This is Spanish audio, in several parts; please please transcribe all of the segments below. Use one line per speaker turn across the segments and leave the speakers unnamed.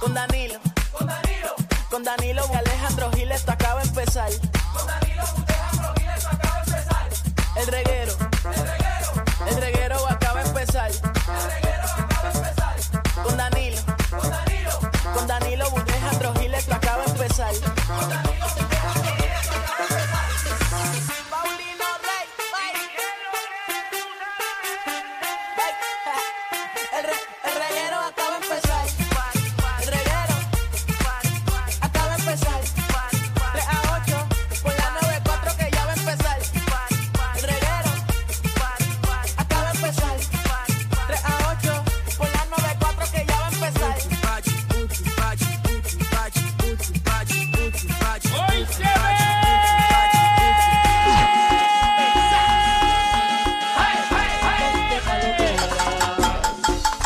Con Danilo. Con Danilo. Con Danilo y Alejandro Gil, esto acaba de empezar. Con Danilo y Alejandro Gil, esto acaba de empezar. El reguero. El reguero. El reguero acaba de empezar. El reguero acaba de empezar. Con Danilo. Con Danilo. Con Danilo y Alejandro Gil, esto acaba de empezar. Con Danilo y Alejandro Gil, esto acaba de empezar. Paulino Rey. El re- el reguero acaba de empezar. El reguero acaba de empezar. 3 a 8 por la 94 que ya va a empezar. El reguero acaba de empezar. 3 a 8 por la 94 que ya va a empezar.
¡Hoy se ve!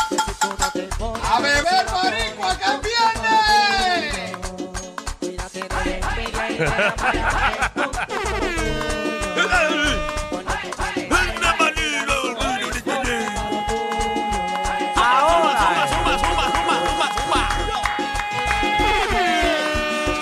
¡A beber boricua que es viernes!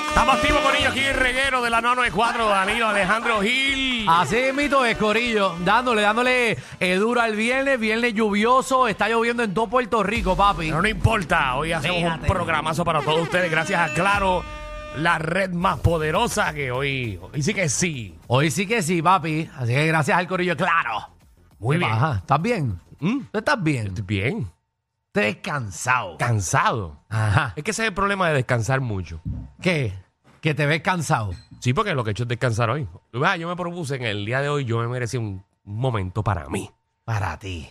Estamos activos con ellos aquí en el reguero de la 994, Danilo Alejandro Gil.
Así mito es, Corillo. Dándole, dándole eh, duro al viernes. Viernes lluvioso. Está lloviendo en todo Puerto Rico, papi.
Pero no importa, hoy hacemos un
Fíjate.
programazo para todos ustedes, gracias a Claro, la red más poderosa que hoy. Hoy sí que sí.
Hoy sí que sí, papi. Así que gracias al Corillo, claro.
Muy
¿Qué
bien.
pasa? ¿Estás bien?
Mm.
¿Tú estás bien?
Estoy bien.
Te descansado.
Cansado.
Ajá.
Es que ese es el problema de descansar mucho.
¿Qué? Que te ves cansado.
Sí, porque lo que he hecho es descansar hoy. Tú ves, yo me propuse en el día de hoy, yo me merecía un un momento para mí.
Para ti.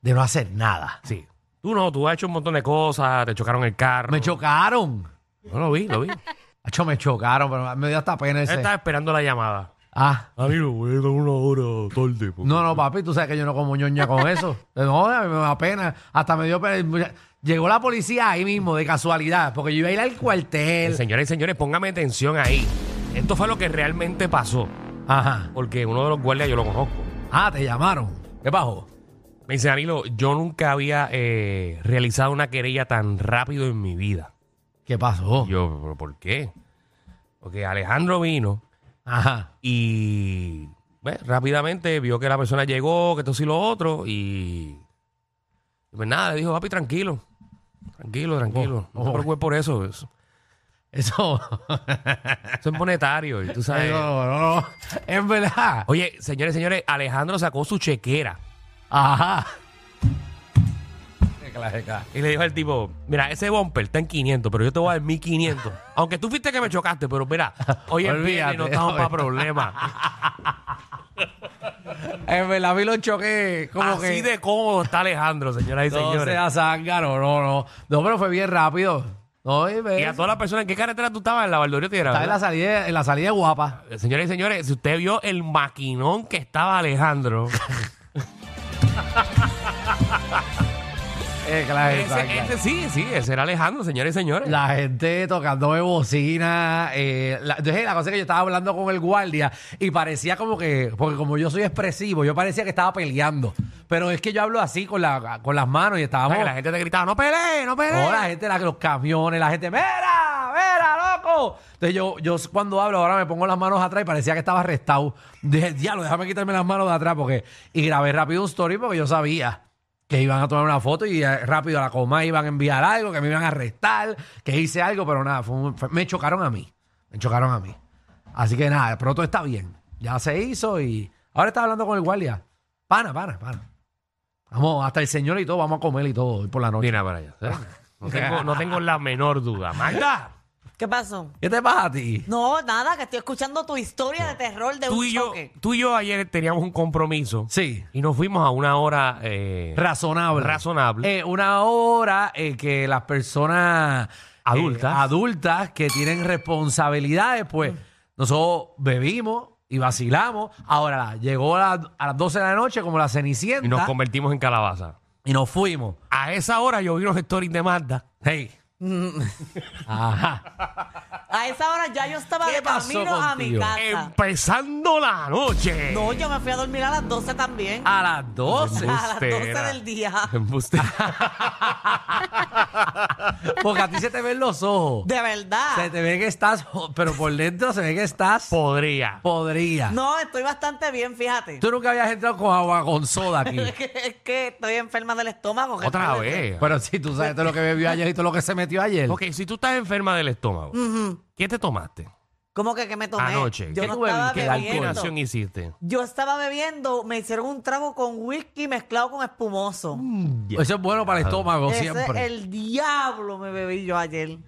De no hacer nada.
Sí. Tú no, tú has hecho un montón de cosas, te chocaron el carro.
Me chocaron.
No lo vi, lo vi.
Acho, me chocaron, pero me dio hasta pena ese.
Estaba esperando la llamada.
Ah.
A mí lo voy una hora tarde.
No, no, papi, tú sabes que yo no como ñoña con eso. No, a mí me da pena. Hasta me dio pena. Llegó la policía ahí mismo, de casualidad, porque yo iba a ir al cuartel.
Eh, Señores y señores, póngame atención ahí. Esto fue lo que realmente pasó.
Ajá.
Porque uno de los guardias yo lo conozco.
Ah, te llamaron. ¿Qué pasó?
Me dice, Danilo, yo nunca había eh, realizado una querella tan rápido en mi vida.
¿Qué pasó?
Y yo, ¿pero por qué? Porque Alejandro vino
Ajá.
y bueno, rápidamente vio que la persona llegó, que esto sí lo otro, y pues nada, le dijo, papi, tranquilo, tranquilo, tranquilo, no
oh.
te preocupes por eso, eso,
Eso.
eso es monetario, y tú sabes.
no, no, no. Es verdad.
Oye, señores, señores, Alejandro sacó su chequera
Ajá.
y le dijo al tipo, mira, ese bumper está en 500, pero yo te voy a dar 1500, aunque tú fuiste que me chocaste, pero mira, hoy en viernes
Olvídate,
no estamos
oye.
para problemas,
Es verdad, vi los choques. Como
así
que.
de cómodo está Alejandro, señoras y
no
señores.
sea zángano, no, no. No, pero fue bien rápido. No, y
Y a todas las personas, ¿en qué carretera tú estabas? En la Valdorio Tierra.
Está en la salida, en la salida guapa.
Señoras y señores, si usted vio el maquinón que estaba Alejandro,
Es que la gente
ese,
zángano.
ese sí, sí, ese era Alejandro, señores y señores.
La gente tocando de bocina. Eh, la, entonces, la cosa es que yo estaba hablando con el guardia y parecía como que, porque como yo soy expresivo, yo parecía que estaba peleando. Pero es que yo hablo así con, la, con las manos y
O
estábamos.
sea, que la gente te gritaba, no pelee, no pelee.
No, la gente, la- los camiones, la gente, ¡Mira! ¡Mira, loco! Entonces yo, yo cuando hablo ahora me pongo las manos atrás y parecía que estaba arrestado. Dije, diablo, déjame quitarme las manos de atrás porque... Y grabé rápido un story porque yo sabía que iban a tomar una foto y eh, rápido a la coma iban a enviar algo, que me iban a arrestar, que hice algo, pero nada, fue un- fue- me chocaron a mí. Me chocaron a mí. Así que nada, pero todo está bien. Ya se hizo y ahora estaba hablando con el guardia. Pana, pana, pana. Vamos, hasta el señor y todo, vamos a comer y todo hoy por la noche.
Mira para allá. ¿sabes? No tengo, no tengo la menor duda. Magda,
¿Qué pasó?
¿Qué te pasa a ti?
No, nada, que estoy escuchando tu historia de terror de
tú
un
y, yo,
choque.
tú y yo ayer teníamos un compromiso
Sí.
y nos fuimos a una hora eh,
Razonable.
razonable.
Eh, una hora eh, que las personas eh,
Adultas.
adultas que tienen responsabilidades, pues nosotros bebimos y vacilamos. Ahora llegó a, las- a las 12 de la noche como la cenicienta
y nos convertimos en calabaza.
y nos fuimos.
A esa hora yo vi unos stories de Magda.
Hey. Ajá.
A esa hora ya yo estaba
¿Qué
de
pasó
camino a mi
contigo?
Em.
casa.
Empezando la noche.
No, yo me fui a dormir a las 12 también.
A las 12.
a las 12
embustera.
del día.
Embustera.
Porque a ti se te ven los ojos.
De verdad.
Se te ve que estás, jo- pero por dentro se ve que estás
Podría.
podría.
No, estoy bastante bien, fíjate.
Tú nunca habías entrado con agua con soda aquí.
Es que, es que estoy enferma del estómago. que
Otra
estoy-
vez.
pero si tú sabes todo lo que bebió ayer y todo lo que se metió ayer.
Ok, si tú estás enferma del estómago,
Ujú.
¿qué te tomaste?
¿Cómo que, que me tomé?
Anoche.
Yo
¿Qué
no
tú
estaba
bebiste? ¿Qué
bebiendo.
combinación hiciste?
Yo estaba bebiendo, me hicieron un trago con whisky mezclado con espumoso.
Eso es bueno para el estómago
Ese
siempre.
el diablo me bebí yo ayer.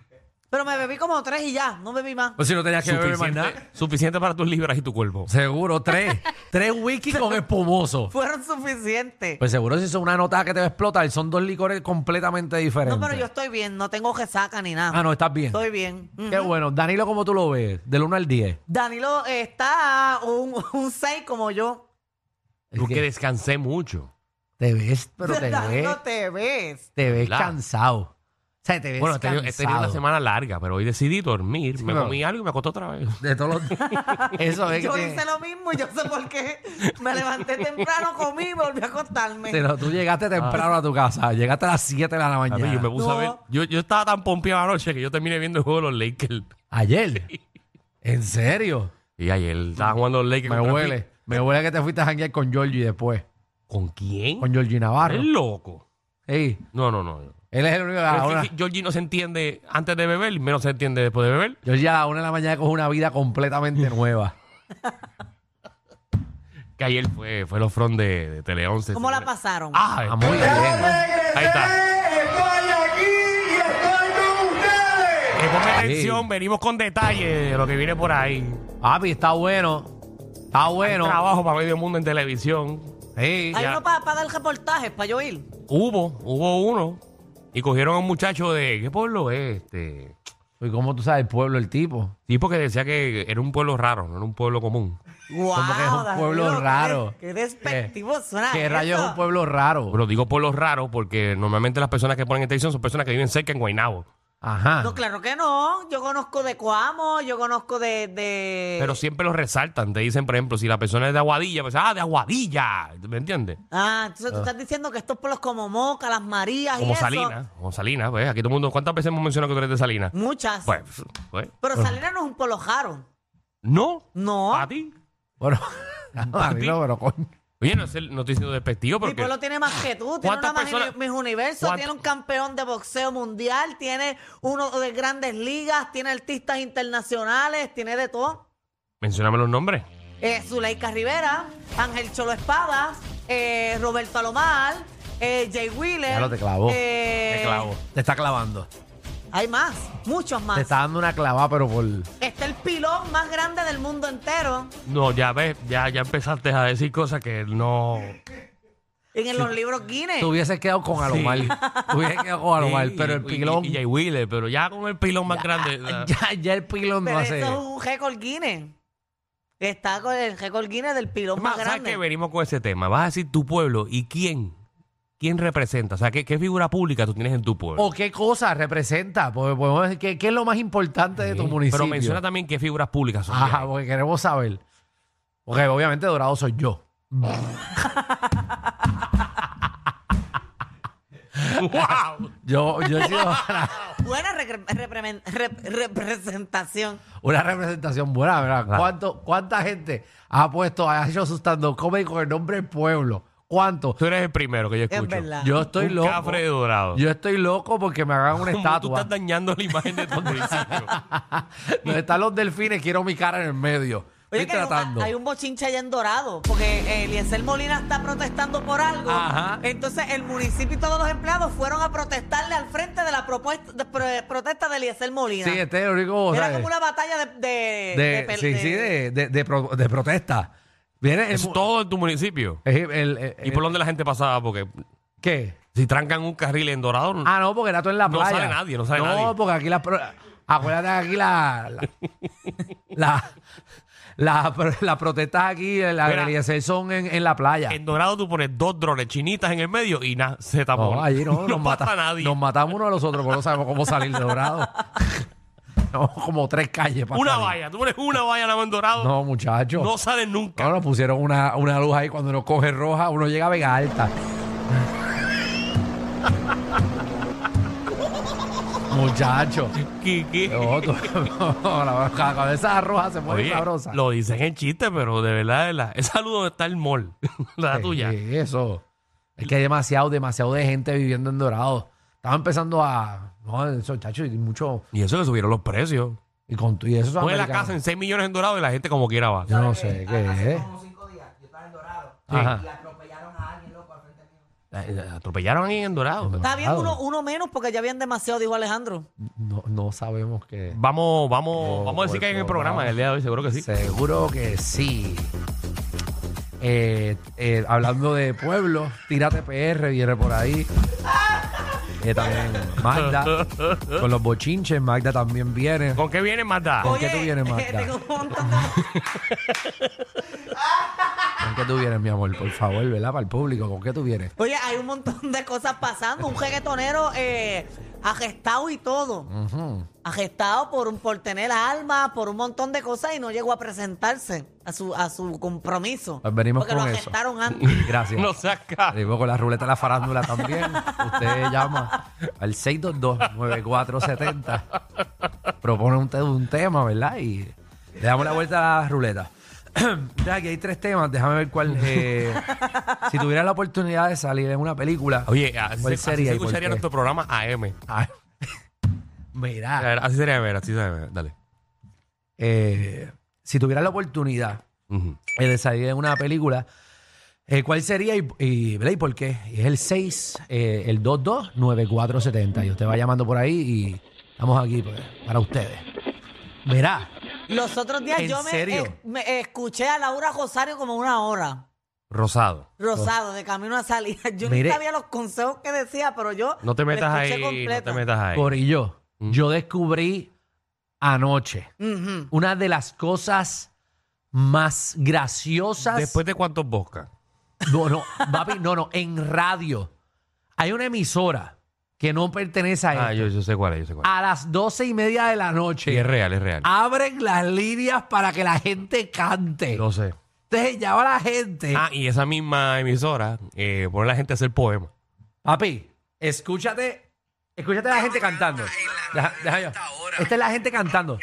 Pero me bebí como tres y ya, no bebí más.
Pues si no tenías que beber más nada.
Suficiente, suficiente para tus libras y tu cuerpo.
Seguro, tres. tres whisky con espumoso.
Fueron suficientes.
Pues seguro si son una nota que te va a explotar. Son dos licores completamente diferentes.
no, pero yo estoy bien, no tengo resaca ni nada.
Ah, no, estás bien.
Estoy bien. Ujú.
Qué bueno. Danilo, ¿cómo tú lo ves? Del 1 al 10.
Danilo eh, está un, un 6 como yo.
Porque descansé mucho.
Te ves, pero te ves,
Danilo, te ves.
te ves
¿Verdad?
cansado. O sea, te ves
Bueno, he
cansado.
tenido, he tenido una semana larga, pero hoy decidí dormir. me
pero-
comí algo y me acosté otra vez.
De todos los días. Eso es
Yo
que...
hice lo mismo y yo sé por qué. Me levanté temprano, comí y volví a acostarme.
Pero tú llegaste temprano a tu casa. Llegaste a las 7 de la
A mí,
mañana.
yo me puse a ver.
No.
Yo, yo estaba tan pompeado anoche que yo terminé viendo el juego de los Lakers.
¿Ayer? ¿En serio?
Y ayer estaba jugando los Lakers.
Me
contra
huele.
Phoenix.
Me huele que te fuiste a janguear con Georgie después.
¿Con quién?
Con Georgie
Es
Navarro.
loco.
Ey,
No, no, no.
él es el único que
Pero es
ahora...
que Georgie no se entiende antes de beber y menos se entiende después de beber.
Yo ya a la una de la mañana cojo una vida completamente nueva.
Que ayer fue, fue el ofrón de, de Tele 11.
¿Cómo la
señores.
pasaron?
Ah,
Ah, muy bien.
Ahí está.
Estoy aquí y estoy con ustedes.
Que eh, ponme
Sí.
atención, venimos con detalles de lo que viene por ahí.
Papi, está bueno. Está
Hay
bueno.
Trabajo para medio mundo en televisión.
Sí.
Hay
ya.
uno para dar reportajes, para yo ir.
Hubo, hubo uno. Y cogieron a un muchacho de. ¿Qué pueblo es este?
¿Y cómo tú sabes el pueblo, el tipo?
Tipo que decía que era un pueblo raro, no era un pueblo común.
Wow,
Como que es un pueblo
Danilo,
raro.
Qué, qué despectivo suena.
Que
Ah, eso.
rayo es un pueblo raro.
Pero digo pueblos raros porque normalmente las personas que ponen en televisión son personas que viven cerca en Guaynabo.
Ajá.
No, claro que no. Yo conozco de Coamo, yo conozco de. de...
Pero siempre los resaltan. Te dicen, por ejemplo, si la persona es de Aguadilla, pues, ah, de Aguadilla. ¿Me entiendes?
Ah, entonces tú estás diciendo que estos pueblos como Moca, las Marías y
Como
eso.
Salinas. Como Salinas, pues. Aquí todo el mundo. ¿Cuántas veces hemos mencionado que tú eres de Salinas?
Muchas.
Pues, pues.
Pero Salinas no es un pueblo raro.
No.
No.
¿A ti?
Bueno, Danilo, pero coño.
Oye, no, sé- no estoy siendo despectivo
Mi
porque.
pueblo tiene más que tú. Tiene
¿Cuántas
una más
personas-
mis universos,
cuántas-
tiene un campeón de boxeo mundial, tiene uno de grandes ligas, tiene artistas internacionales, tiene de todo.
Mencioname los nombres.
Eh, Zuleika Rivera, Ángel Cholo Espada, eh, Roberto Alomar, eh, Jay Wheeler.
Ya lo te clavó.
eh,
Te clavo.
Te está clavando.
Hay más, muchos más. Eh.
Te está dando una clavada, pero por.
Está el pilón más grande del mundo entero.
No, ya ves, ya, ya empezaste a decir cosas que no.
En los libros Guinness.
Te hubieses quedado con Alomar. Te hubieses quedado con Alomar,
Sí,
pero el
y- y-
pilón.
Y, Jay Wheeler, pero ya con el pilón más grande. la-
ya, ya el pilón
Pero
no
eso
hace.
es un récord Guinness. Está con el récord Guinness del pilón
Es
más,
más, ¿sabes
grande.
qué? Venimos con ese tema. Vas a decir tu pueblo y quién. ¿Quién representa? O sea, ¿qué, qué figura pública tú tienes en tu pueblo?
¿O qué cosa representa? Porque podemos decir, ¿qué, qué es lo más importante de tu
Sí,
municipio? Ah,
Pero menciona también qué figuras públicas son.
Ajá, porque queremos saber. Porque obviamente Dorado soy yo.
¡Wow!
Yo, yo he sido una,
Buena recre- repremen- rep- representación.
una representación buena, ¿verdad?
Claro.
¿Cuánto- ¿Cuánta gente ha puesto, ha hecho sustando comedy con el nombre del pueblo? ¿Cuánto?
Tú eres el primero que yo
Es
escucho.
verdad.
Yo estoy
Un
loco.
cafre dorado.
Yo estoy loco porque me hagan una
Como Tú
estatua.
estás dañando la imagen de tu municipio.
Donde están los delfines, quiero mi cara en el medio.
Oye,
estoy
que hay un-
tratando.
hay un bochinche allá en Dorado, porque eh, Eliezer Molina está protestando por algo.
Ajá.
Entonces el municipio y todos los empleados fueron a protestarle al frente de la propuesta, de- pro- protesta de Eliezer Molina.
Sí, este es el único.
Era
¿sabes?
como una batalla de... de-
de,
de pel-
sí,
de-
sí, de, de- de pro- de protesta. Viene el,
es
mu- Eh,
todo en tu municipio.
es el- el- el-
¿Y por dónde la gente pasaba? Porque
¿Qué?
si trancan un carril en dorado, no-
Ah, no, porque era todo en la
No
playa.
sale nadie, no sale nadie.
No, porque aquí las... pro- Acuérdate que aquí la... la- la- la- pro- las protestas aquí, la
Mira.
Eliezer son en, en la playa.
en dorado tú pones dos drones chinitas en el medio y nada, se tapó.
No, allí no, nos,
pasa
mata-
nadie.
nos matamos uno a los otros porque no sabemos cómo salir de dorado. caminamos como tres calles. para
Una
salir.
valla. Tú pones una valla en la mano dorado. No,
No, muchachos.
sales nunca.
No, nos pusieron una, una luz ahí cuando uno coge roja, uno llega a Vega Alta. Muchacho.
Kiki.
No, tú- no, la, la cabeza roja se pone
Oye,
sabrosa.
lo dicen en chiste, pero de verdad, de verdad. Esa luz donde está el mall. la
Sí,
tuya.
eso. Es que hay demasiado, demasiado de gente viviendo en Dorado. Estaba empezando a. No, eso, chacho, y mucho.
Y eso que subieron los precios.
Y, con, y eso es
Pone la
americano.
casa en 6 millones en dorado y la gente como quiera va.
Yo no sé qué es.
como cinco días. Yo estaba en Dorado.
Ajá.
Y atropellaron a alguien, loco, al frente mío.
Eh, Atropellaron ahí en dorado.
Está bien,
Dorado.
uno, uno menos porque ya habían demasiado, dijo Alejandro.
No, no sabemos qué.
Vamos, vamos,
No,
vamos a decir
por
que hay en el
favor,
programa
no.
el día de hoy, seguro que sí.
Seguro que sí. Eh, eh, hablando de pueblo, tírate PR, viene por ahí. Eh, también Magda. Con los bochinches, Magda también viene.
¿Con qué viene Magda?
¿Con qué tú vienes, Magda?
Tengo un montón de...
¿Con qué tú vienes, mi amor? Por favor, ¿verdad? Para el público, ¿con qué tú vienes?
Oye, hay un montón de cosas pasando. Un reggaetonero eh, agestado y todo.
Mm.
Agestado por, un- por tener alma, por un montón de cosas y no llegó a presentarse a su, a su compromiso.
Pues venimos
porque
con
lo
eso.
agestaron antes.
Gracias.
No saca.
Venimos con la ruleta de la farándula también. Usted llama al 622-9470. Propone un, te- un tema, ¿verdad? Y le damos la vuelta a la ruleta. Ya, Aquí hay tres temas, déjame ver cuál. eh, si tuvieras la oportunidad de salir en una película.
Oye, así,
¿cuál
así
sería
se
y por
escucharía
qué?
nuestro programa AM.
Ah,
A
Mira,
ver, Así sería, a ver, así sería, a ver, dale.
eh, si tuvieras la oportunidad
Ujú.
eh, de salir en una película, eh, ¿cuál sería y, y, ¿verdad? ¿Y por qué? Y es el 6, eh, el 229470. Y usted va llamando por ahí y estamos aquí pues, para ustedes. Verá,
Los otros días
¿En
yo me,
serio?
eh, me escuché a Laura Rosario como una hora.
Rosado.
Rosado, de camino a salir. Yo
Mire.
no sabía los consejos que decía, pero yo.
No te
la
metas
escuché
ahí, no
completa.
te metas ahí.
Corillo,
Mm.
yo descubrí anoche
Ujú.
una de las cosas más graciosas.
Después de cuántos boscas.
No, no, papi, no, no, en radio. Hay una emisora que no pertenece a
Ah,
esto.
yo, yo sé cuál es, yo sé cuál es.
A las doce y media de la noche.
Sí, es real, es real.
abren las líneas para que la gente cante.
Lo sé.
Entonces llama la gente.
Ah, y esa misma emisora eh, pone a la gente a hacer poemas.
Papi, escúchate, escúchate a la gente cantando. Deja, deja yo. Esta es la gente cantando.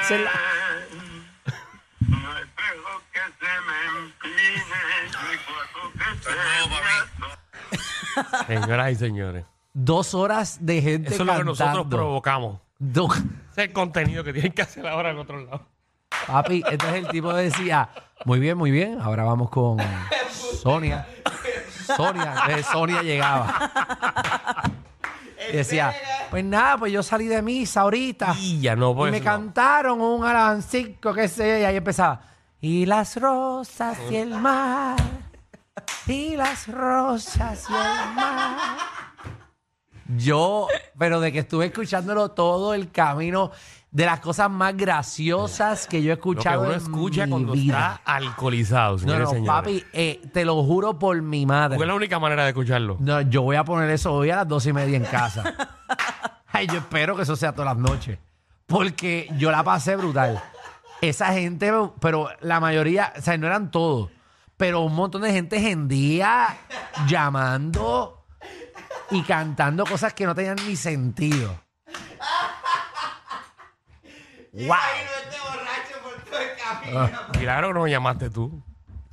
Esa es la-
Señoras y señores.
Dos horas de gente
Eso es lo que
cantando.
nosotros provocamos.
Do-
Ese es el contenido que tienen que hacer ahora en otro lado.
Papi, entonces el tipo decía, muy bien, muy bien, ahora vamos con Sonia. Sonia, entonces Sonia llegaba. Y decía, pues nada, pues yo salí de misa ahorita.
Y ya no,
y
pues.
me
eso no.
cantaron un alabancico, qué sé yo, y ahí empezaba. Y las rosas y el mar. Y las rosas y el mar. Yo, pero de que estuve escuchándolo todo el camino, de las cosas más graciosas que yo
Lo
he
que
escuchado.
uno
en
escucha
mi
cuando está
vida.
alcoholizado,
No,
señores
no,
y señores.
papi, eh, te lo juro por mi madre.
Porque es la única manera de escucharlo.
No, yo voy a poner eso hoy a las dos y media en casa. Ay, yo espero que eso sea todas las noches. Porque yo la pasé brutal. Esa gente, pero la mayoría, o sea, no eran todos, pero un montón de gente gendía llamando y cantando cosas que no tenían ni sentido. ¡Wow!
Milagro que no me llamaste tú.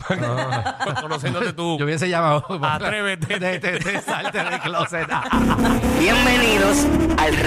Conociéndote tú.
Yo hubiese llamado.
Atrévete.
Te- te- te salte del closet.
Bien